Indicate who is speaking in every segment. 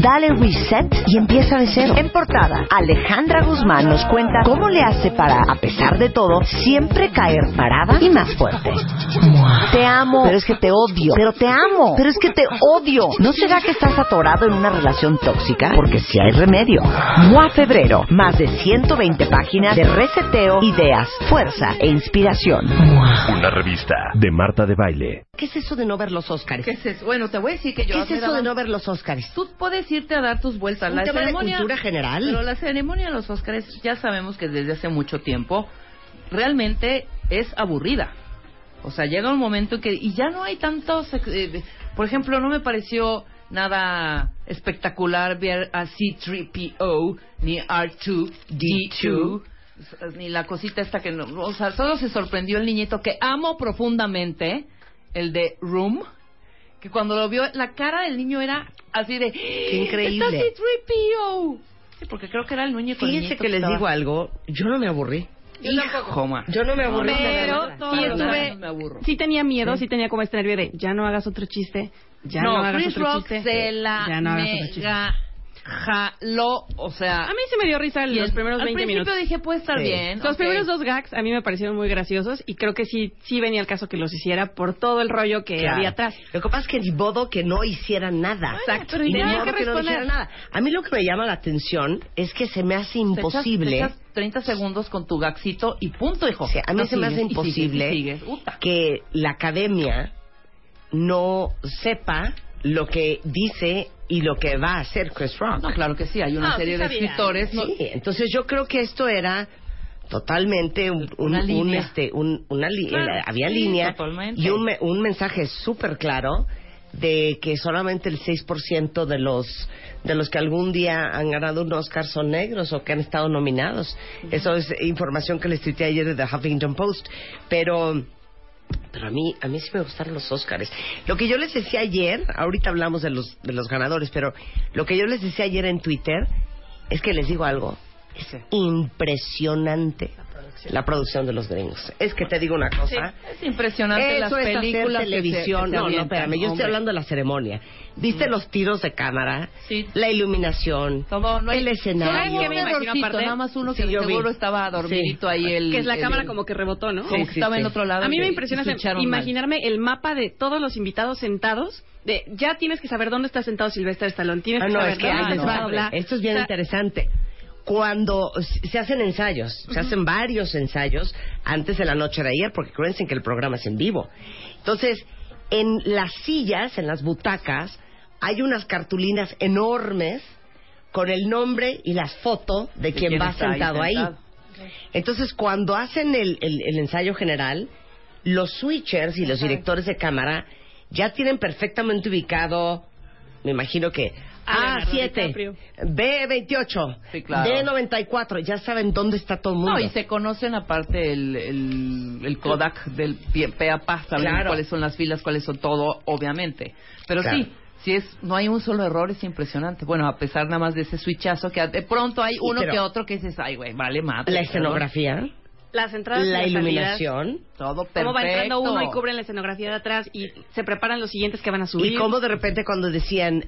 Speaker 1: Dale reset y empieza de cero. En portada, Alejandra Guzmán nos cuenta cómo le hace para, a pesar de todo, siempre caer parada y más fuerte. Te amo, pero es que te odio. Pero te amo, pero es que te odio. ¿No será que estás atorado en una relación tóxica? Porque si hay remedio. MOA Febrero, más de 120 páginas de reseteo, ideas, fuerza e inspiración.
Speaker 2: Una revista de Marta de Baile.
Speaker 1: ¿Qué es eso de no ver los Óscares?
Speaker 3: ¿Qué es eso? Bueno, te voy a decir que yo...
Speaker 1: ¿Qué es
Speaker 3: me
Speaker 1: eso
Speaker 3: daba-
Speaker 1: de no ver los Óscares?
Speaker 3: Tú puedes irte a dar tus vueltas.
Speaker 1: Un
Speaker 3: la
Speaker 1: tema de
Speaker 3: ceremonia,
Speaker 1: cultura general.
Speaker 3: Pero la ceremonia de los Óscares ya sabemos que desde hace mucho tiempo realmente es aburrida. O sea, llega un momento en que... Y ya no hay tantos... eh, por ejemplo, no me pareció nada espectacular ver a C-3PO ni R2-D2 ni la cosita esta que no... O sea, solo se sorprendió el niñito que amo profundamente, el de Room que cuando lo vio, la cara del niño era así de...
Speaker 4: increíble.
Speaker 3: ¡Está C-3PO! Sí, porque creo que era el niño
Speaker 4: Fíjense que les digo algo, yo no me aburrí. Yo no me aburrí.
Speaker 3: Pero
Speaker 4: Pero
Speaker 3: todos
Speaker 5: y
Speaker 3: los
Speaker 5: estuve-
Speaker 3: días me aburro.
Speaker 5: Sí tenía miedo, sí tenía como este nervio de ya no hagas otro chiste, ya no,
Speaker 3: no,
Speaker 5: hagas
Speaker 3: Chris
Speaker 5: otro
Speaker 3: Rock
Speaker 5: chiste.
Speaker 3: se la
Speaker 5: ya no hagas otro chiste.
Speaker 3: mega jaló, o sea...
Speaker 5: A mí se me dio risa
Speaker 3: y
Speaker 5: los
Speaker 3: el-
Speaker 5: primeros
Speaker 3: al
Speaker 5: 20
Speaker 3: principio
Speaker 5: minutos.
Speaker 3: dije, puede estar
Speaker 4: Sí.
Speaker 3: bien.
Speaker 5: Los
Speaker 3: ok.
Speaker 5: primeros dos gags a mí me parecieron muy graciosos y creo que sí sí venía el caso que los hiciera por todo el rollo que
Speaker 4: Claro.
Speaker 5: había atrás.
Speaker 4: Lo que pasa es que ni modo que no hiciera nada.
Speaker 5: Exacto.
Speaker 4: Ni
Speaker 5: Tenía
Speaker 4: modo
Speaker 5: que
Speaker 4: no
Speaker 5: responder.
Speaker 4: dijera nada. A mí lo que me llama la atención es que se me hace
Speaker 3: Te echas-
Speaker 4: imposible.
Speaker 3: te echas 30 segundos con tu gaxito y punto, hijo.
Speaker 4: O sea, a mí
Speaker 3: No
Speaker 4: se me hace
Speaker 3: sigues, y
Speaker 4: imposible
Speaker 3: sigues, y sigues. Uta.
Speaker 4: que la academia no sepa lo que dice y lo que va a hacer Chris Rock.
Speaker 3: No, claro que sí, hay una
Speaker 5: No,
Speaker 3: serie
Speaker 5: sí
Speaker 3: de
Speaker 5: sabía.
Speaker 3: escritores. no-
Speaker 4: Sí, entonces yo creo que esto era totalmente un, un-
Speaker 3: Una
Speaker 4: un,
Speaker 3: línea.
Speaker 4: este un- una li-
Speaker 3: Claro,
Speaker 4: había
Speaker 3: sí,
Speaker 4: línea
Speaker 3: totalmente.
Speaker 4: y un, me- un mensaje súper claro de que solamente el 6% de los de los que algún día han ganado un Oscar son negros o que han estado nominados. Eso es información que les tuiteé ayer de The Huffington Post, pero pero a mí, a mí sí me gustaron los Óscares. Lo que yo les decía ayer, ahorita hablamos de los, de los ganadores, pero lo que yo les decía ayer en Twitter es que les digo algo. Es impresionante la producción, de los gringos. Es que te digo una cosa.
Speaker 3: Es impresionante las
Speaker 4: Eso es hacer
Speaker 3: películas que se-
Speaker 4: televisión.
Speaker 3: que se
Speaker 4: no, no,
Speaker 3: avientan,
Speaker 4: espérame, yo estoy
Speaker 3: hombre. Mm.
Speaker 4: hablando de la ceremonia. ¿Viste los tiros de cámara?
Speaker 3: Sí.
Speaker 4: La iluminación.
Speaker 3: Todo, no hay-
Speaker 4: el escenario.
Speaker 3: Solo hay
Speaker 5: que me
Speaker 3: un
Speaker 5: imagino
Speaker 3: errorcito,
Speaker 5: aparte-
Speaker 3: nada más uno
Speaker 4: Sí,
Speaker 3: que de
Speaker 4: yo vi.
Speaker 3: seguro estaba dormidito
Speaker 4: Sí.
Speaker 3: ahí el...
Speaker 5: que es la
Speaker 3: el-
Speaker 5: cámara
Speaker 3: el-
Speaker 5: como que rebotó, ¿no?
Speaker 3: como que estaba en otro lado.
Speaker 5: A mí
Speaker 3: y-
Speaker 5: me
Speaker 3: y
Speaker 5: impresiona hacer-
Speaker 3: switcharon mal.
Speaker 5: imaginarme el mapa de todos los invitados sentados. De, ya tienes que saber dónde está sentado Silvestre Stallone. Tienes
Speaker 4: Ah,
Speaker 5: que
Speaker 4: no,
Speaker 5: saber
Speaker 4: es que
Speaker 5: dónde
Speaker 4: ahí les
Speaker 5: está
Speaker 4: va.
Speaker 5: bla, bla.
Speaker 4: Esto es bien
Speaker 5: O sea,
Speaker 4: interesante. Cuando s- se hacen ensayos, se hacen varios ensayos antes de la noche de ayer, porque acuérdense que el programa es en vivo. Entonces, en las sillas, en las butacas, hay unas cartulinas enormes con el nombre y la foto de, quien,
Speaker 3: quién
Speaker 4: va
Speaker 3: está ahí
Speaker 4: sentado ahí.
Speaker 3: sentado.
Speaker 4: Entonces, cuando hacen el, el- el ensayo general, los switchers y los directores de cámara ya tienen perfectamente ubicado, me imagino que ah,
Speaker 5: A Leonardo
Speaker 4: A7,
Speaker 5: DiCaprio.
Speaker 4: B28,
Speaker 3: Sí, claro.
Speaker 4: D94, ya saben dónde está todo el mundo.
Speaker 3: No, y se conocen aparte el, el, el Kodak del pie- pe a pa, saben
Speaker 4: Claro.
Speaker 3: cuáles son las filas, cuáles son todo, obviamente. Pero
Speaker 4: Claro.
Speaker 3: sí, si es, no hay un solo error, es impresionante. Bueno, a pesar nada más de ese switchazo que de pronto hay uno
Speaker 4: pero-
Speaker 3: que otro que dices, ay, güey, vale madre.
Speaker 4: La
Speaker 3: perdón".
Speaker 4: escenografía,
Speaker 5: las entradas y
Speaker 4: la
Speaker 5: las
Speaker 4: iluminación
Speaker 3: Todo perfecto.
Speaker 5: salidas, Cómo va entrando uno y cubren la escenografía de atrás y se preparan los siguientes que van a subir.
Speaker 4: y cómo de repente cuando decían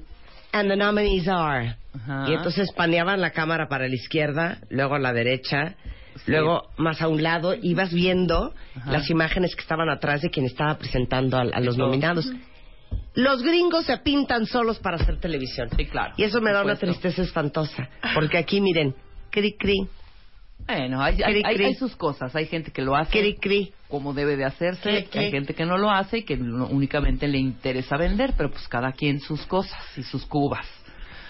Speaker 4: and the nominees are
Speaker 3: Ajá.
Speaker 4: y entonces paneaban la cámara para la izquierda, luego a la derecha,
Speaker 3: Sí.
Speaker 4: luego más a un lado, ibas viendo
Speaker 3: Ajá.
Speaker 4: las imágenes que estaban atrás de quien estaba presentando a, a los
Speaker 3: Todo.
Speaker 4: nominados. Los gringos se pintan solos para hacer televisión.
Speaker 3: Sí, claro.
Speaker 4: Y eso me
Speaker 3: por
Speaker 4: da una
Speaker 3: supuesto.
Speaker 4: tristeza espantosa, porque aquí miren, cri cri,
Speaker 3: Bueno, hay, hay-
Speaker 4: Cri,
Speaker 3: hay-
Speaker 4: cri.
Speaker 3: hay sus cosas. Hay gente que lo hace
Speaker 4: cri cri.
Speaker 3: como debe de hacerse.
Speaker 4: Cri, cri.
Speaker 3: Hay gente que no lo hace y que no- únicamente le interesa vender, pero pues cada quien sus cosas y sus cubas.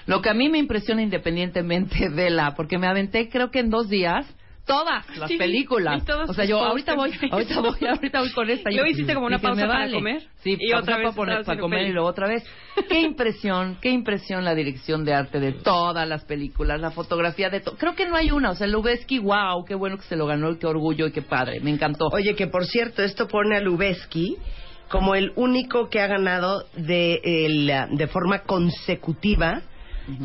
Speaker 3: Lo que a mí me impresiona independientemente de la, porque me aventé creo que en dos días todas las
Speaker 5: Sí,
Speaker 3: películas.
Speaker 5: y todos
Speaker 3: o sea,
Speaker 5: sus
Speaker 3: yo ahorita voy,
Speaker 5: posters.
Speaker 3: ahorita voy, ahorita voy con esta.
Speaker 5: Luego
Speaker 3: Yo,
Speaker 5: hiciste como una
Speaker 3: dije,
Speaker 5: pausa
Speaker 3: me
Speaker 5: para
Speaker 3: vale.
Speaker 5: comer,
Speaker 3: Sí,
Speaker 5: y
Speaker 3: pausa
Speaker 5: otra vez
Speaker 3: para, poner-
Speaker 5: estabas
Speaker 3: para
Speaker 5: haciendo
Speaker 3: comer y
Speaker 5: peli.
Speaker 3: luego otra vez. Qué impresión, qué impresión la dirección de arte de todas las películas, la fotografía de todo. Creo que no hay una, o sea, Lubeski, wow, qué bueno que se lo ganó, y qué orgullo y qué padre, me encantó.
Speaker 4: Oye, que por cierto, esto pone a Lubeski como el único que ha ganado de, el, de forma consecutiva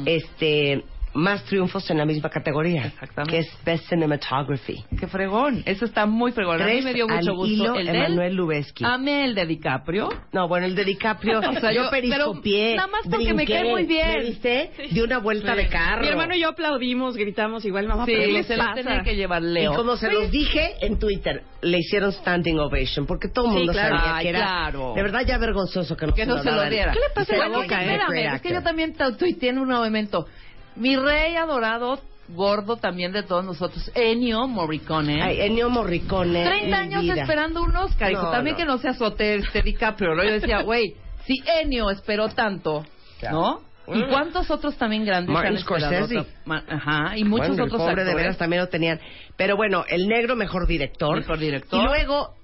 Speaker 4: este más triunfos en la misma categoría,
Speaker 3: Exactamente.
Speaker 4: que es Best Cinematography.
Speaker 3: Qué fregón, eso está muy fregón. A mí
Speaker 4: Tres
Speaker 3: me dio
Speaker 4: al
Speaker 3: mucho gusto
Speaker 4: hilo,
Speaker 3: el de
Speaker 4: Emanuel Lubezki.
Speaker 3: Amé el de DiCaprio.
Speaker 4: No, bueno, el de DiCaprio,
Speaker 3: O sea,
Speaker 4: yo,
Speaker 3: yo-
Speaker 4: periscopié,
Speaker 3: pero nada más porque me
Speaker 4: brinqué,
Speaker 3: cae muy bien.
Speaker 4: ¿me viste? De una vuelta
Speaker 3: Sí.
Speaker 4: de carro.
Speaker 5: Mi hermano y yo aplaudimos, gritamos igual, mamá,
Speaker 3: Sí,
Speaker 5: pero ¿qué les
Speaker 3: Ah, se lo tenía
Speaker 5: pasa?
Speaker 3: que llevar
Speaker 4: Y
Speaker 3: Leo.
Speaker 4: como se los dije en Twitter, le hicieron standing ovation porque todo el
Speaker 5: Sí,
Speaker 4: mundo
Speaker 5: claro.
Speaker 4: sabía
Speaker 3: Ay,
Speaker 4: que era
Speaker 3: claro.
Speaker 4: de verdad ya vergonzoso que no,
Speaker 3: que no se lo
Speaker 4: daban.
Speaker 3: diera.
Speaker 5: ¿Qué le pasa
Speaker 4: Y se
Speaker 5: a la
Speaker 4: lo
Speaker 5: boca,
Speaker 4: cae
Speaker 5: eh?
Speaker 4: Great
Speaker 3: Espérame, es que yo
Speaker 4: Actor.
Speaker 3: también ta- tuiteé en un momento. Mi rey adorado, gordo también de todos nosotros, Ennio Morricone.
Speaker 5: eh,
Speaker 4: Ay, Ennio Morricone.
Speaker 3: 30
Speaker 4: eh, mi
Speaker 3: años
Speaker 4: vida.
Speaker 3: esperando un Oscar. hijo.
Speaker 4: No,
Speaker 3: también
Speaker 4: no.
Speaker 3: que no se azote este DiCaprio. ¿no? Yo decía, güey, si Ennio esperó tanto, ¿no? ¿Y
Speaker 4: Mm.
Speaker 3: cuántos otros también grandes
Speaker 4: Martin
Speaker 3: han esperado?
Speaker 4: Scorsese.
Speaker 3: otra- ma- Ajá, y muchos
Speaker 4: Bueno, el
Speaker 3: otros
Speaker 4: pobre de
Speaker 3: actores.
Speaker 4: veras también lo tenían. Pero bueno, el negro mejor director.
Speaker 3: Mejor director.
Speaker 4: Y luego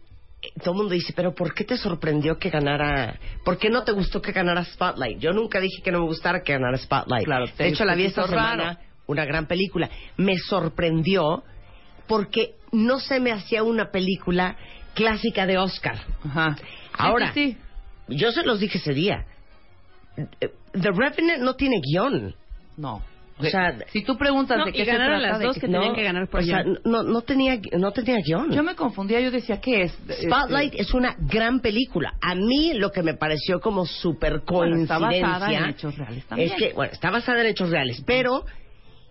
Speaker 4: eh, todo el mundo dice, pero ¿por qué te sorprendió que ganara? ¿Por qué no te gustó que ganara Spotlight? Yo nunca dije que no me gustara que ganara Spotlight.
Speaker 3: Claro, te-
Speaker 4: de hecho la vi
Speaker 3: te
Speaker 4: esta
Speaker 3: hizo raro.
Speaker 4: semana, una gran película. Me sorprendió porque no se me hacía una película clásica de Oscar.
Speaker 3: Ajá. Sí,
Speaker 4: Ahora.
Speaker 3: sí, sí.
Speaker 4: Yo se los dije ese día. eh, The Revenant no tiene guión.
Speaker 3: No.
Speaker 4: O sea,
Speaker 3: si tú preguntas
Speaker 5: No,
Speaker 3: de
Speaker 5: y
Speaker 3: qué se
Speaker 5: ganaron
Speaker 3: trata,
Speaker 5: las
Speaker 3: de
Speaker 5: dos
Speaker 3: qué-
Speaker 5: que tenían que ganar por
Speaker 4: o sea,
Speaker 5: guión.
Speaker 4: no, no tenía, no tenía guión.
Speaker 3: Yo me confundía, yo decía, ¿qué es?
Speaker 4: Spotlight
Speaker 3: Este,
Speaker 4: es una gran película. A mí lo que me pareció como super
Speaker 3: Bueno,
Speaker 4: coincidencia
Speaker 3: está basada en hechos reales también.
Speaker 4: es que, bueno, está basada en hechos reales, pero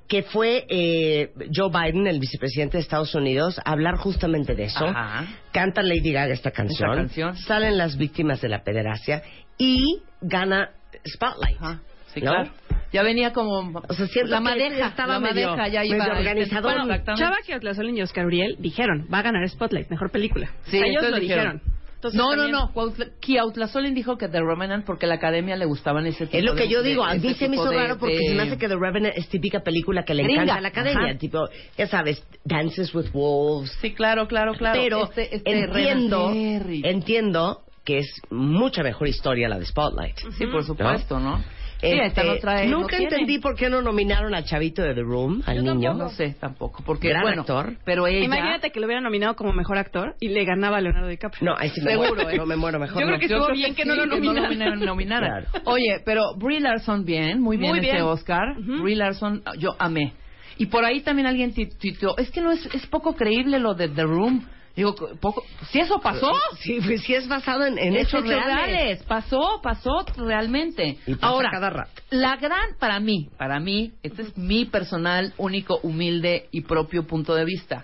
Speaker 4: que fue eh, Joe Biden, el vicepresidente de Estados Unidos, a hablar justamente de eso.
Speaker 3: Ajá.
Speaker 4: Canta Lady Gaga esta canción,
Speaker 3: Esta canción.
Speaker 4: salen las víctimas de la pederacia y gana Spotlight.
Speaker 3: Ajá, Ah, sí,
Speaker 4: ¿no?
Speaker 3: claro. Ya venía como
Speaker 4: O sea, siento
Speaker 3: la
Speaker 4: que
Speaker 3: madeja,
Speaker 4: estaba
Speaker 3: la
Speaker 4: medio-
Speaker 3: madeja ya iba
Speaker 4: medio
Speaker 3: este,
Speaker 4: organizador.
Speaker 3: bueno, exactamente.
Speaker 5: Chava que Otlazolin y Oscar Uriel dijeron, va a ganar Spotlight, mejor película.
Speaker 3: Sí,
Speaker 5: O sea, ellos
Speaker 3: entonces
Speaker 5: lo dijeron. Entonces,
Speaker 3: no,
Speaker 5: también-
Speaker 3: no, no, Cuautla- Kiautlazolin dijo que The Revenant porque a la academia le gustaban ese tipo
Speaker 4: Es lo
Speaker 3: de-
Speaker 4: que yo
Speaker 3: de-
Speaker 4: digo, a
Speaker 3: ese
Speaker 4: mí se me
Speaker 3: Este tipo
Speaker 4: hizo
Speaker 3: de-
Speaker 4: raro porque
Speaker 3: de-
Speaker 4: se me hace que The Revenant es típica película que le
Speaker 3: Gringa.
Speaker 4: encanta a la academia,
Speaker 3: Ajá.
Speaker 4: tipo, ya sabes, Dances with Wolves.
Speaker 3: Sí, claro, claro, claro.
Speaker 4: Pero
Speaker 3: Este- este
Speaker 4: entiendo,
Speaker 3: renacer y-
Speaker 4: entiendo que es mucha mejor historia la de Spotlight.
Speaker 3: Sí, por supuesto, ¿no? Sí,
Speaker 4: Este,
Speaker 3: esta no trae- no
Speaker 4: nunca
Speaker 3: tiene.
Speaker 4: entendí por qué no nominaron al chavito de The Room, al
Speaker 3: Yo
Speaker 4: niño.
Speaker 3: tampoco No sé, tampoco, porque
Speaker 4: Gran
Speaker 3: bueno,
Speaker 4: actor.
Speaker 3: pero ella
Speaker 5: Imagínate que lo hubieran nominado como mejor actor y le ganaba a Leonardo DiCaprio.
Speaker 4: No, ahí sí me
Speaker 3: Seguro,
Speaker 4: muero,
Speaker 3: ¿eh?
Speaker 4: no me muero mejor.
Speaker 5: Yo
Speaker 4: no.
Speaker 5: creo que estuvo bien que no lo nominaran.
Speaker 3: nominara.
Speaker 4: Claro.
Speaker 3: Oye, pero Brie Larson bien, muy bien,
Speaker 5: Muy bien.
Speaker 3: ese Oscar.
Speaker 5: Ujú.
Speaker 3: Brie Larson, yo amé. Y por ahí también alguien tu- tuiteó, es que no es, es poco creíble lo de The Room. Digo, poco, si eso pasó,
Speaker 4: Sí, pues sí es basado en, en
Speaker 3: Es
Speaker 4: hechos reales.
Speaker 3: Pasó, pasó realmente.
Speaker 4: Y pasa
Speaker 3: Ahora,
Speaker 4: cada rato.
Speaker 3: la gran, para mí, para mí, este es mi personal, único, humilde y propio punto de vista.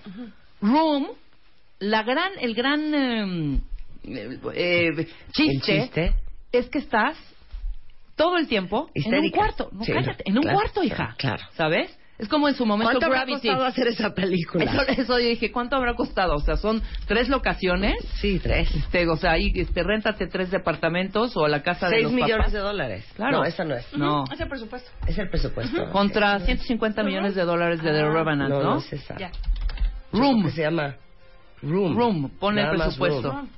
Speaker 3: Room, la gran, el gran em, eh, eh, chiste,
Speaker 4: El chiste.
Speaker 3: es que estás todo el tiempo en un
Speaker 4: Histérica.
Speaker 3: cuarto. No,
Speaker 4: Sí,
Speaker 3: cállate, en un
Speaker 4: claro,
Speaker 3: cuarto, hija.
Speaker 4: claro.
Speaker 3: ¿Sabes? Es como en su momento
Speaker 4: ¿Cuánto habrá
Speaker 3: Gravity.
Speaker 4: costado hacer esa película?
Speaker 3: Eso, eso yo dije, ¿cuánto habrá costado? O sea, son tres locaciones.
Speaker 4: Sí, tres.
Speaker 3: Este, o sea, ahí este, réntate tres departamentos o la casa de
Speaker 4: Seis
Speaker 3: los
Speaker 4: millones
Speaker 3: papás.
Speaker 4: de dólares.
Speaker 3: Claro.
Speaker 4: No, esa no es.
Speaker 3: No.
Speaker 5: Ese presupuesto.
Speaker 4: Es el presupuesto.
Speaker 3: Contra 150 millones de dólares de The Revenant,
Speaker 4: Ah, No,
Speaker 3: ¿no?
Speaker 4: no es esa.
Speaker 5: Ya.
Speaker 3: Room.
Speaker 4: ¿Qué se llama? Room.
Speaker 3: Room, pone el
Speaker 4: Nada más
Speaker 3: presupuesto.
Speaker 4: Room.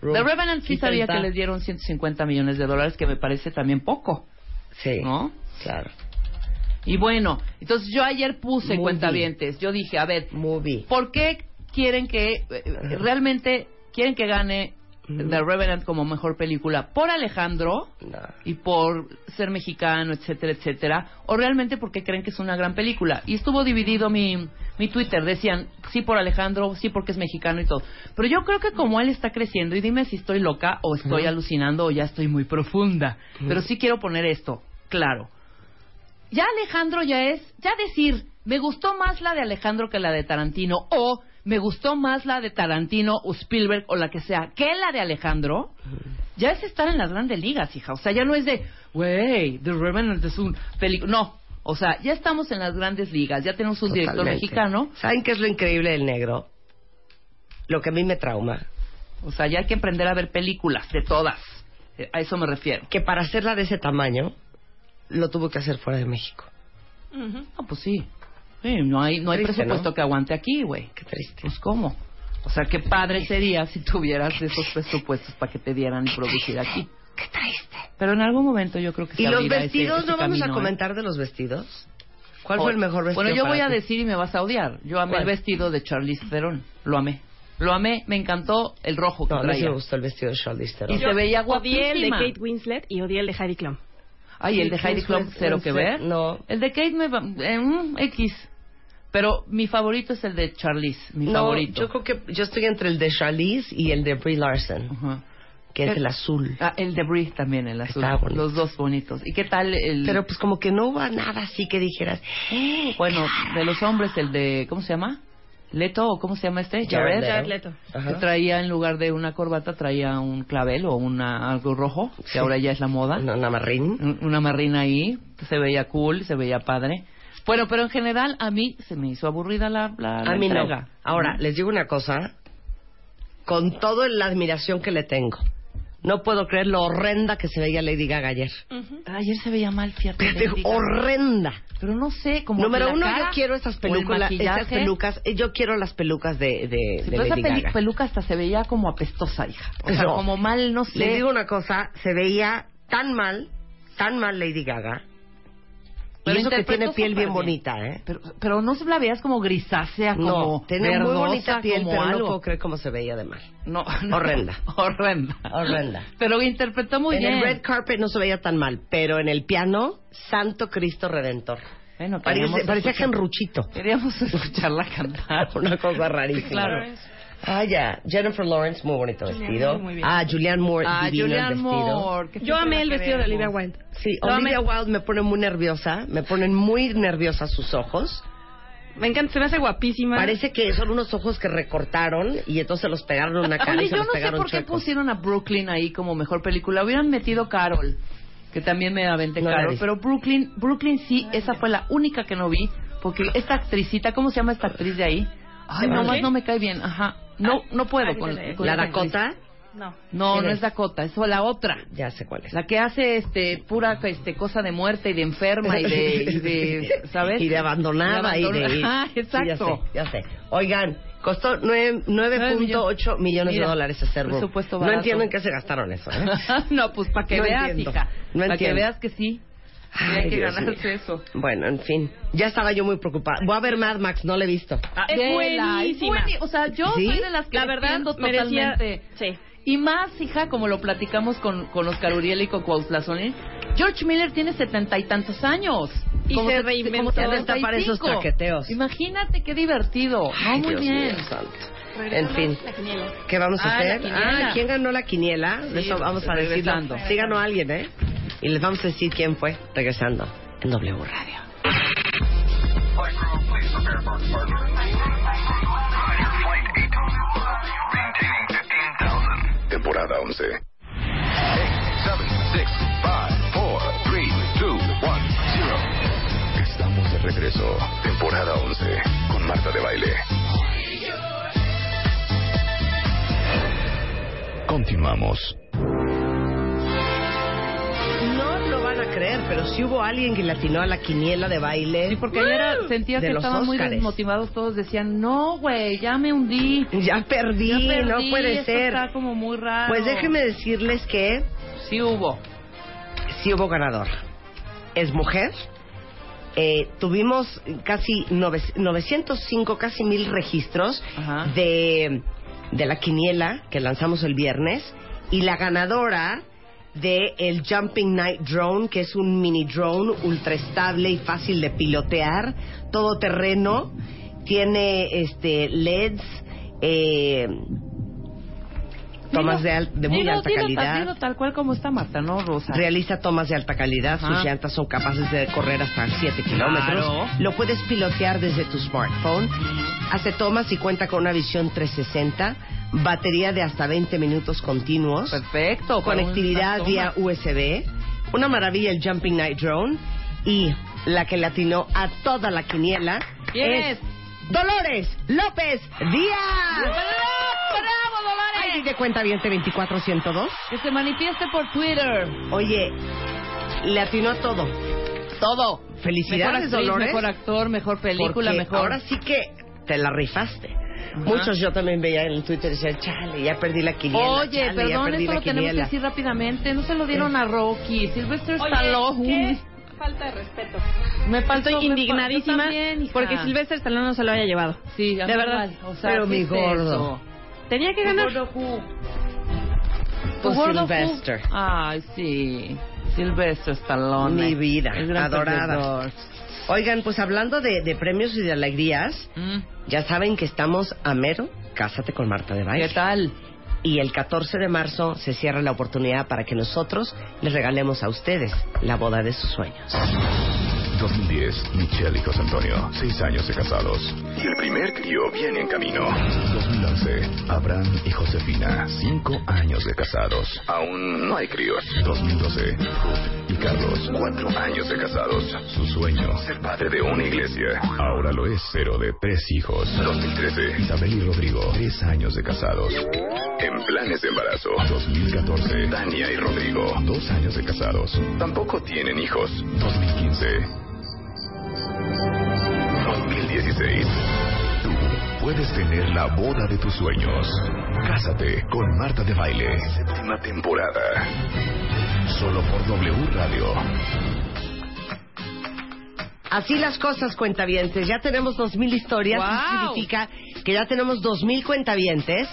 Speaker 4: Room.
Speaker 3: The Revenant sí
Speaker 4: Quita
Speaker 3: sabía
Speaker 4: el
Speaker 3: que
Speaker 4: ta.
Speaker 3: les dieron 150 millones de dólares, que me parece también poco,
Speaker 4: Sí.
Speaker 3: ¿no?
Speaker 4: Claro.
Speaker 3: Y bueno, entonces yo ayer puse
Speaker 4: Movie.
Speaker 3: cuentavientes. Yo dije, a ver,
Speaker 4: Movie.
Speaker 3: ¿por qué quieren que eh, eh, realmente quieren que gane The Revenant como mejor película? ¿Por Alejandro?
Speaker 4: No.
Speaker 3: y por ser mexicano, etcétera, etcétera, o realmente porque creen que es una gran película. Y estuvo dividido mi, mi Twitter, decían, sí por Alejandro, sí porque es mexicano y todo. Pero yo creo que como él está creciendo, y dime si estoy loca o estoy alucinando o ya estoy muy profunda, pero sí quiero poner esto, claro. Ya Alejandro ya es, ya decir, me gustó más la de Alejandro que la de Tarantino, o me gustó más la de Tarantino o Spielberg o la que sea, que la de Alejandro, ya es estar en las grandes ligas, hija. O sea, ya no es de, güey, The Revenant es un película. No, o sea, ya estamos en las grandes ligas, ya tenemos un director
Speaker 4: Totalmente.
Speaker 3: mexicano,
Speaker 4: ¿Saben qué es lo increíble del negro? Lo que a mí me trauma.
Speaker 3: o sea, ya hay que aprender a ver películas de todas. Eh, A eso me refiero.
Speaker 4: Que para hacerla de ese tamaño, lo tuvo que hacer fuera de México.
Speaker 3: Ah, pues sí. Sí, no hay, no hay
Speaker 4: Triste,
Speaker 3: presupuesto
Speaker 4: ¿no?
Speaker 3: que aguante aquí, güey.
Speaker 4: Qué triste.
Speaker 3: Pues cómo. O sea, qué padre sería si tuvieras esos presupuestos para que te dieran y producir aquí.
Speaker 4: Qué triste.
Speaker 3: Pero en algún momento yo creo que se
Speaker 4: ¿Y los
Speaker 3: abrirá ese-
Speaker 4: vestidos?
Speaker 3: ese
Speaker 4: ¿No vamos
Speaker 3: camino,
Speaker 4: a
Speaker 3: ¿eh?
Speaker 4: comentar de los vestidos? ¿Cuál fue el mejor vestido?
Speaker 3: Bueno, yo
Speaker 4: para
Speaker 3: voy a
Speaker 4: ti?
Speaker 3: decir y me vas a odiar. Yo amé
Speaker 4: ¿Cuál?
Speaker 3: el vestido de Charlize Theron. Lo amé. Lo amé, me encantó el rojo que
Speaker 4: No, a mí sí
Speaker 3: traía.
Speaker 4: me gustó el vestido de Charlize Theron.
Speaker 3: Y se veía
Speaker 5: Odié el de
Speaker 3: guapísima.
Speaker 5: Kate Winslet y odié el de Heidi Klum.
Speaker 3: Ay, el de Heidi Klum, cero que ver.
Speaker 4: No.
Speaker 3: El de Kate me va... eh, mm, X. Pero mi favorito es el de Charlize, mi
Speaker 4: no,
Speaker 3: favorito.
Speaker 4: yo creo que yo estoy entre el de Charlize y el de Brie Larson,
Speaker 3: Ajá.
Speaker 4: que es
Speaker 3: El-
Speaker 4: el azul.
Speaker 3: Ah, el de Brie también, el azul.
Speaker 4: Está bonito.
Speaker 3: Los dos bonitos. ¿Y qué tal el...?
Speaker 4: Pero pues como que no hubo nada así que dijeras, ¡eh!
Speaker 3: Bueno, de los hombres, el de... ¿Cómo se llama? ¿Leto o cómo se llama este?
Speaker 4: "Eh, Jared
Speaker 5: Jared Leto.
Speaker 4: Ajá.
Speaker 3: que traía en lugar de una corbata traía un clavel o una algo rojo que ahora ya es la moda
Speaker 4: No, nada más ring.
Speaker 3: Un- una marrina ahí se veía cool se veía padre bueno pero en general a mí se me hizo aburrida la la, la
Speaker 4: A mí no.
Speaker 3: entrega.
Speaker 4: Ahora, les digo una cosa, con toda la admiración que le tengo, no puedo creer lo horrenda que se veía Lady Gaga ayer.
Speaker 3: ayer se veía mal fíjate
Speaker 4: Pero
Speaker 3: Lady Gaga.
Speaker 4: horrenda.
Speaker 3: pero no sé como que
Speaker 4: Número
Speaker 3: la
Speaker 4: uno,
Speaker 3: cara
Speaker 4: yo quiero estas
Speaker 3: o el
Speaker 4: películas, estas
Speaker 3: maquillaje.
Speaker 4: pelucas, eh, yo quiero las pelucas de, de, de
Speaker 3: Sí, pero esa
Speaker 4: Lady
Speaker 3: peli-
Speaker 4: Gaga.
Speaker 3: peluca hasta se veía como apestosa hija o sea
Speaker 4: No.
Speaker 3: como mal no sé
Speaker 4: Les digo una cosa, se veía tan mal, tan mal Lady Gaga.
Speaker 3: Pero
Speaker 4: y eso que
Speaker 3: interpretó
Speaker 4: tiene piel
Speaker 3: súper
Speaker 4: bien bonita, ¿eh?
Speaker 3: pero, pero no se la veías como grisácea como
Speaker 4: no, tiene muy
Speaker 3: verdosa,
Speaker 4: bonita piel,
Speaker 3: como
Speaker 4: pero no
Speaker 3: algo.
Speaker 4: puedo creer cómo se veía de mal.
Speaker 3: No, no.
Speaker 4: Horrenda.
Speaker 3: Ah, Horrenda.
Speaker 4: Horrenda.
Speaker 3: Pero interpretó muy
Speaker 4: en
Speaker 3: bien.
Speaker 4: el red carpet no se veía tan mal, pero en el piano, Santo Cristo Redentor.
Speaker 3: Bueno,
Speaker 4: Parecía,
Speaker 3: queríamos
Speaker 4: parecía
Speaker 3: escuchar-
Speaker 4: Genruchito.
Speaker 3: Queríamos escucharla cantar.
Speaker 4: Una cosa rarísima.
Speaker 3: Claro.
Speaker 4: Ah, ya. Jennifer Lawrence, muy bonito vestido.
Speaker 5: Moore, muy bien.
Speaker 4: Ah, Julianne Moore,
Speaker 3: Ah,
Speaker 4: divino el
Speaker 3: Julianne
Speaker 4: vestido.
Speaker 3: Moore. que
Speaker 5: Yo
Speaker 3: siempre
Speaker 5: amé
Speaker 3: la
Speaker 5: el vestido de Olivia
Speaker 3: queremos.
Speaker 5: Wilde.
Speaker 4: Sí,
Speaker 5: Lo amé.
Speaker 4: Olivia Wilde me pone muy nerviosa, me ponen muy nerviosa sus ojos.
Speaker 5: Me encanta, se me hace guapísima.
Speaker 4: Parece que son unos ojos que recortaron y entonces los pegaron en una cara y
Speaker 3: Oye,
Speaker 4: se
Speaker 3: yo
Speaker 4: los
Speaker 3: no sé
Speaker 4: pegaron
Speaker 3: por qué
Speaker 4: chuecos.
Speaker 3: pusieron a Brooklyn ahí como mejor película. Hubieran metido Carol, que también me aventé
Speaker 4: No la
Speaker 3: Carol.
Speaker 4: vi.
Speaker 3: Pero Brooklyn, Brooklyn sí, esa fue la única que no vi. Porque esta actricita, ¿cómo se llama esta actriz de ahí? Ay,
Speaker 5: ¿De
Speaker 3: nomás
Speaker 5: Brooklyn?
Speaker 3: no me cae bien. Ajá. No, no puedo
Speaker 5: Ay,
Speaker 3: con,
Speaker 5: dale.
Speaker 3: con
Speaker 4: ¿La
Speaker 3: esa actriz.
Speaker 4: Dakota?
Speaker 5: No.
Speaker 3: No,
Speaker 4: ¿Quién
Speaker 3: no
Speaker 4: es?
Speaker 3: es Dakota, es la otra.
Speaker 4: Ya sé cuál es.
Speaker 3: La que hace este pura este cosa de muerte y de enferma y de, y de ¿sabes?
Speaker 4: Y de abandonada y de...
Speaker 3: Ah,
Speaker 4: Sí,
Speaker 3: exacto.
Speaker 4: ya, sé, ya sé. Oigan, costó nueve- 9.8 millones de
Speaker 3: Mira,
Speaker 4: dólares hacer Room.
Speaker 3: presupuesto
Speaker 4: No
Speaker 3: barato.
Speaker 4: entiendo en qué se gastaron eso, ¿eh?
Speaker 3: no, pues para que
Speaker 4: No
Speaker 3: veas,
Speaker 4: entiendo,
Speaker 3: hija.
Speaker 4: no
Speaker 3: para que
Speaker 4: entiendo.
Speaker 3: veas que sí.
Speaker 4: Ay,
Speaker 3: hay que
Speaker 4: Dios
Speaker 3: ganarse
Speaker 4: mío.
Speaker 3: eso.
Speaker 4: Bueno, en fin. Ya estaba yo muy preocupada. Voy a ver Mad Max, no la he visto.
Speaker 3: Ah,
Speaker 5: Es
Speaker 3: vela,
Speaker 5: buenísima.
Speaker 3: bueni- o sea, yo
Speaker 4: ¿Sí?
Speaker 3: soy de las que
Speaker 5: La verdad,
Speaker 3: defiendo
Speaker 5: merecía-
Speaker 3: totalmente.
Speaker 5: sí.
Speaker 3: Y más, hija, como lo platicamos con, con Oscar Uriel y con Cuauhtlazonín, George Miller tiene setenta y tantos años.
Speaker 5: Y
Speaker 3: Como
Speaker 5: se
Speaker 3: se-
Speaker 5: reinventó.
Speaker 3: como
Speaker 4: Ya está para esos
Speaker 3: 75.
Speaker 4: traqueteos.
Speaker 3: Imagínate qué divertido.
Speaker 4: Ay,
Speaker 3: no, muy
Speaker 4: Dios
Speaker 3: bien.
Speaker 4: mío santo. En fin.
Speaker 5: La quiniela.
Speaker 4: ¿Qué vamos a
Speaker 3: Ah, la
Speaker 4: hacer?
Speaker 3: quiniela.
Speaker 4: Ah, ¿quién ganó la quiniela? De eso vamos a
Speaker 3: regresando.
Speaker 4: decirlo. Sí ganó alguien, ¿eh? Y les vamos a decir quién fue regresando en W Radio.
Speaker 6: Temporada 11. 8, 7, 6, 5, 4, 3, 2, 1, 0. Estamos de regreso. Temporada 11. Con Marta de Baile. Continuamos.
Speaker 4: No lo van a creer, pero sí hubo alguien que le atinó a la quiniela de baile. ¡Ah!
Speaker 3: Sí, porque ayer era- sentía
Speaker 4: Mm. De
Speaker 3: que
Speaker 4: los
Speaker 3: estaban muy
Speaker 4: Óscares.
Speaker 3: desmotivados. Todos decían, no, güey, ya me hundí.
Speaker 4: Ya perdí,
Speaker 3: ya perdí,
Speaker 4: no puede
Speaker 3: esto
Speaker 4: ser.
Speaker 3: Está como muy raro.
Speaker 4: Pues déjenme decirles que
Speaker 3: Sí hubo.
Speaker 4: sí hubo ganador. Es mujer. Eh, tuvimos casi nove- 905, casi mil registros
Speaker 3: Ajá.
Speaker 4: de, de la quiniela que lanzamos el viernes. Y la ganadora de el Jumping Night Drone, que es un mini drone ultra estable y fácil de pilotear, todo terreno, tiene este LEDs, eh, tomas
Speaker 3: Dilo-
Speaker 4: de, al- de muy
Speaker 3: dilo-
Speaker 4: alta
Speaker 3: dilo tal-
Speaker 4: calidad
Speaker 3: dilo tal cual como está Marta, ¿no, Rosa?
Speaker 4: realiza tomas de alta calidad,
Speaker 3: Ajá.
Speaker 4: sus llantas son capaces de correr hasta 7 kilómetros.
Speaker 3: Claro.
Speaker 4: Lo puedes pilotear desde tu smartphone. Hace tomas y cuenta con una visión 360, batería de hasta 20 minutos continuos,
Speaker 3: Perfecto. para
Speaker 4: conectividad
Speaker 3: unas
Speaker 4: vía
Speaker 3: tomas.
Speaker 4: USB. Una maravilla el Jumping Night Drone y la que le atinó a toda la quiniela
Speaker 3: ¿Quién es?
Speaker 4: Dolores López Díaz.
Speaker 3: ¡Bravo,
Speaker 4: Ay,
Speaker 3: Dolores!
Speaker 4: de cuenta 24102.
Speaker 3: Que se manifieste por Twitter.
Speaker 4: Oye, le atinó a todo. todo.
Speaker 3: Mejor
Speaker 4: Felicidades,
Speaker 3: actriz,
Speaker 4: Dolores.
Speaker 3: mejor actor, mejor película,
Speaker 4: porque
Speaker 3: mejor.
Speaker 4: Ahora sí que te la rifaste. Muchos yo también veía en el Twitter y decían, chale, ya perdí la quiniela.
Speaker 3: Oye,
Speaker 4: chale, ya
Speaker 3: perdón,
Speaker 4: perdí
Speaker 3: esto
Speaker 4: la
Speaker 3: lo tenemos que
Speaker 4: quiniela".
Speaker 3: decir rápidamente. No se lo dieron a Rocky. Silvestre Stallone.
Speaker 5: falta de respeto.
Speaker 3: Me faltó
Speaker 5: Estoy indignadísima porque Silvestre Stallone no se lo haya llevado.
Speaker 3: Sí, a mí
Speaker 5: de verdad.
Speaker 3: igual, O sea,
Speaker 4: Pero
Speaker 3: ¿qué
Speaker 4: mi
Speaker 3: es
Speaker 4: gordo.
Speaker 3: eso?
Speaker 5: Tenía que
Speaker 3: Tu
Speaker 5: ganar.
Speaker 3: gordo Who. Tu
Speaker 4: Pues
Speaker 3: gordo
Speaker 4: Sylvester.
Speaker 3: Who. Ay, sí. Silvestre Stallone.
Speaker 4: Mi vida,
Speaker 3: El gran
Speaker 4: adorada.
Speaker 3: perdedor.
Speaker 4: Oigan, pues hablando de, de premios y de alegrías,
Speaker 3: Mm,
Speaker 4: ya saben que estamos a mero Cásate con Marta de Baile.
Speaker 3: ¿Qué tal?
Speaker 4: Y el 14 de marzo se cierra la oportunidad para que nosotros les regalemos a ustedes la boda de sus sueños.
Speaker 6: 2010, Michelle y José Antonio, seis años de casados. Y el primer crío viene en camino. 2011, Abraham y Josefina, cinco años de casados. Aún no hay críos. 2012, Ruth y Carlos, cuatro años de casados. Su sueño, ser padre de una iglesia. Ahora lo es, pero de tres hijos. 2013, Isabel y Rodrigo, tres años de casados. En planes de embarazo. 2014, Dania y Rodrigo, dos años de casados. Tampoco tienen hijos. 2015, 2016. Tú puedes tener la boda de tus sueños. Cásate con Marta de Baile. Séptima temporada. Solo por W Radio.
Speaker 4: Así las cosas, cuentavientes. Ya tenemos dos mil historias. Eso
Speaker 3: ¡Guau!
Speaker 4: significa que ya tenemos dos mil cuentavientes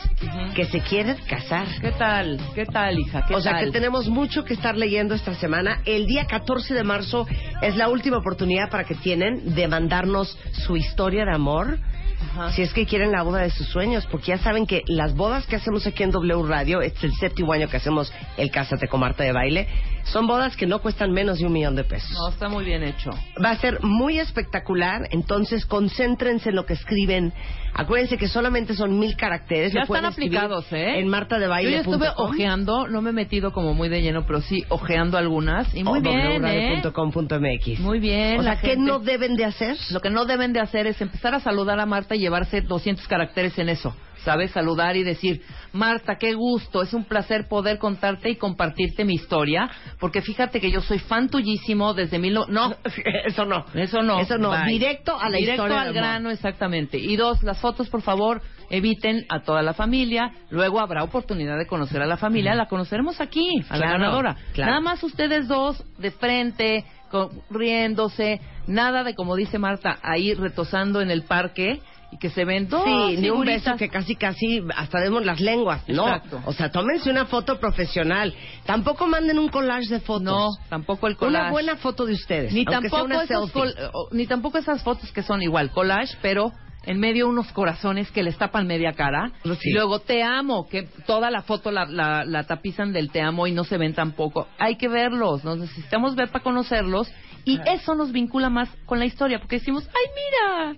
Speaker 4: que se quieren casar.
Speaker 3: ¿Qué tal? ¿Qué tal, hija? ¿Qué
Speaker 4: O sea que
Speaker 3: tal?
Speaker 4: tenemos mucho que estar leyendo esta semana. El día 14 de marzo es la última oportunidad para que tienen de mandarnos su historia de amor.
Speaker 3: Ajá.
Speaker 4: Si es que quieren la boda de sus sueños, porque ya saben que las bodas que hacemos aquí en W Radio, este es el séptimo año que hacemos el Cásate con Marta de Baile, son bodas que no cuestan menos de un millón de pesos.
Speaker 3: No, está muy bien hecho.
Speaker 4: Va a ser muy espectacular, entonces concéntrense en lo que escriben. Acuérdense que solamente son mil caracteres.
Speaker 3: Ya
Speaker 4: lo pueden
Speaker 3: están
Speaker 4: escribir
Speaker 3: aplicados, ¿eh?
Speaker 4: En martadebaile.com.
Speaker 3: Yo ya estuve ojeando, no me he metido como muy de lleno, pero sí ojeando algunas. Y muy
Speaker 4: o
Speaker 3: bien, ¿eh?
Speaker 4: wradio.com.mx.
Speaker 3: Muy bien.
Speaker 4: O
Speaker 3: la
Speaker 4: sea, ¿qué
Speaker 3: gente-
Speaker 4: no deben de hacer?
Speaker 3: Lo que no deben de hacer es empezar a saludar a Marta y llevarse 200 caracteres en eso. ¿Sabes? Saludar y decir, Marta, qué gusto, es un placer poder contarte y compartirte mi historia, porque fíjate que yo soy fan tuyísimo desde mil... No, no,
Speaker 4: Eso no.
Speaker 3: eso no.
Speaker 4: Eso no.
Speaker 3: Bye.
Speaker 4: Directo a la
Speaker 3: Directo
Speaker 4: historia
Speaker 3: al
Speaker 4: de amor.
Speaker 3: grano, exactamente. Y dos, las fotos, por favor, eviten a toda la familia. Luego habrá oportunidad de conocer a la familia. La conoceremos aquí, a la
Speaker 4: Claro,
Speaker 3: ganadora.
Speaker 4: claro.
Speaker 3: Nada más ustedes dos de frente, co- riéndose. Nada de, como dice Marta, ahí retosando en el parque y que se ven dos
Speaker 4: Sí, ni un
Speaker 3: figuritas.
Speaker 4: beso que casi, casi hasta vemos las lenguas. No.
Speaker 3: Exacto.
Speaker 4: O sea, tómense una foto profesional. Tampoco manden un collage de fotos.
Speaker 3: No, tampoco el collage.
Speaker 4: Una buena foto de ustedes.
Speaker 3: ni
Speaker 4: aunque sea
Speaker 3: tampoco,
Speaker 4: una
Speaker 3: esos
Speaker 4: selfie.
Speaker 3: col- o- ni tampoco esas fotos que son igual collage, pero en medio unos corazones que les tapan media cara.
Speaker 4: Sí.
Speaker 3: Y luego te amo, que toda la foto la, la- la tapizan del te amo y no se ven tampoco. Hay que verlos, nos necesitamos ver para conocerlos y eso nos vincula más con la historia, porque decimos, ¡ay, mira!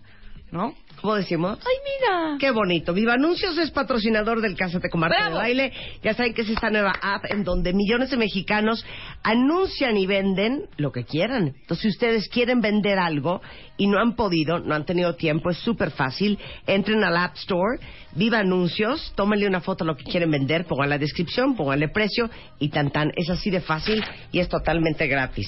Speaker 3: ¿No?
Speaker 4: ¿Cómo decimos?
Speaker 3: ¡Ay, mira!
Speaker 4: Qué bonito. Viva Anuncios es patrocinador del Cásate con Marta
Speaker 3: Ah. ¡Bravo!
Speaker 4: de Baile. Ya saben que es esta nueva app en donde millones de mexicanos anuncian y venden lo que quieran. Entonces, si ustedes quieren vender algo y no han podido, no han tenido tiempo, es súper fácil. Entren al App Store, Viva Anuncios, tómenle una foto a lo que quieren vender, pongan la descripción, pónganle precio y tan tan. Es así de fácil y es totalmente gratis.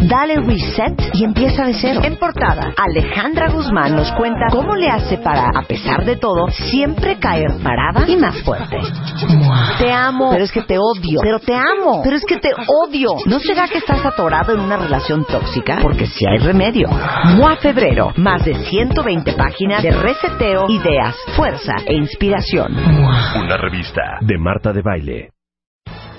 Speaker 1: Dale reset y empieza de cero. En portada, Alejandra Guzmán nos cuenta cómo le hace para, a pesar de todo, siempre caer parada y más fuerte. Te amo, pero es que te odio. Pero te amo, pero es que te odio. ¿No será que estás atorado en una relación tóxica? Porque si hay remedio. MOA Febrero, más de 120 páginas de reseteo, ideas, fuerza e inspiración.
Speaker 2: Una revista de Marta de Baile.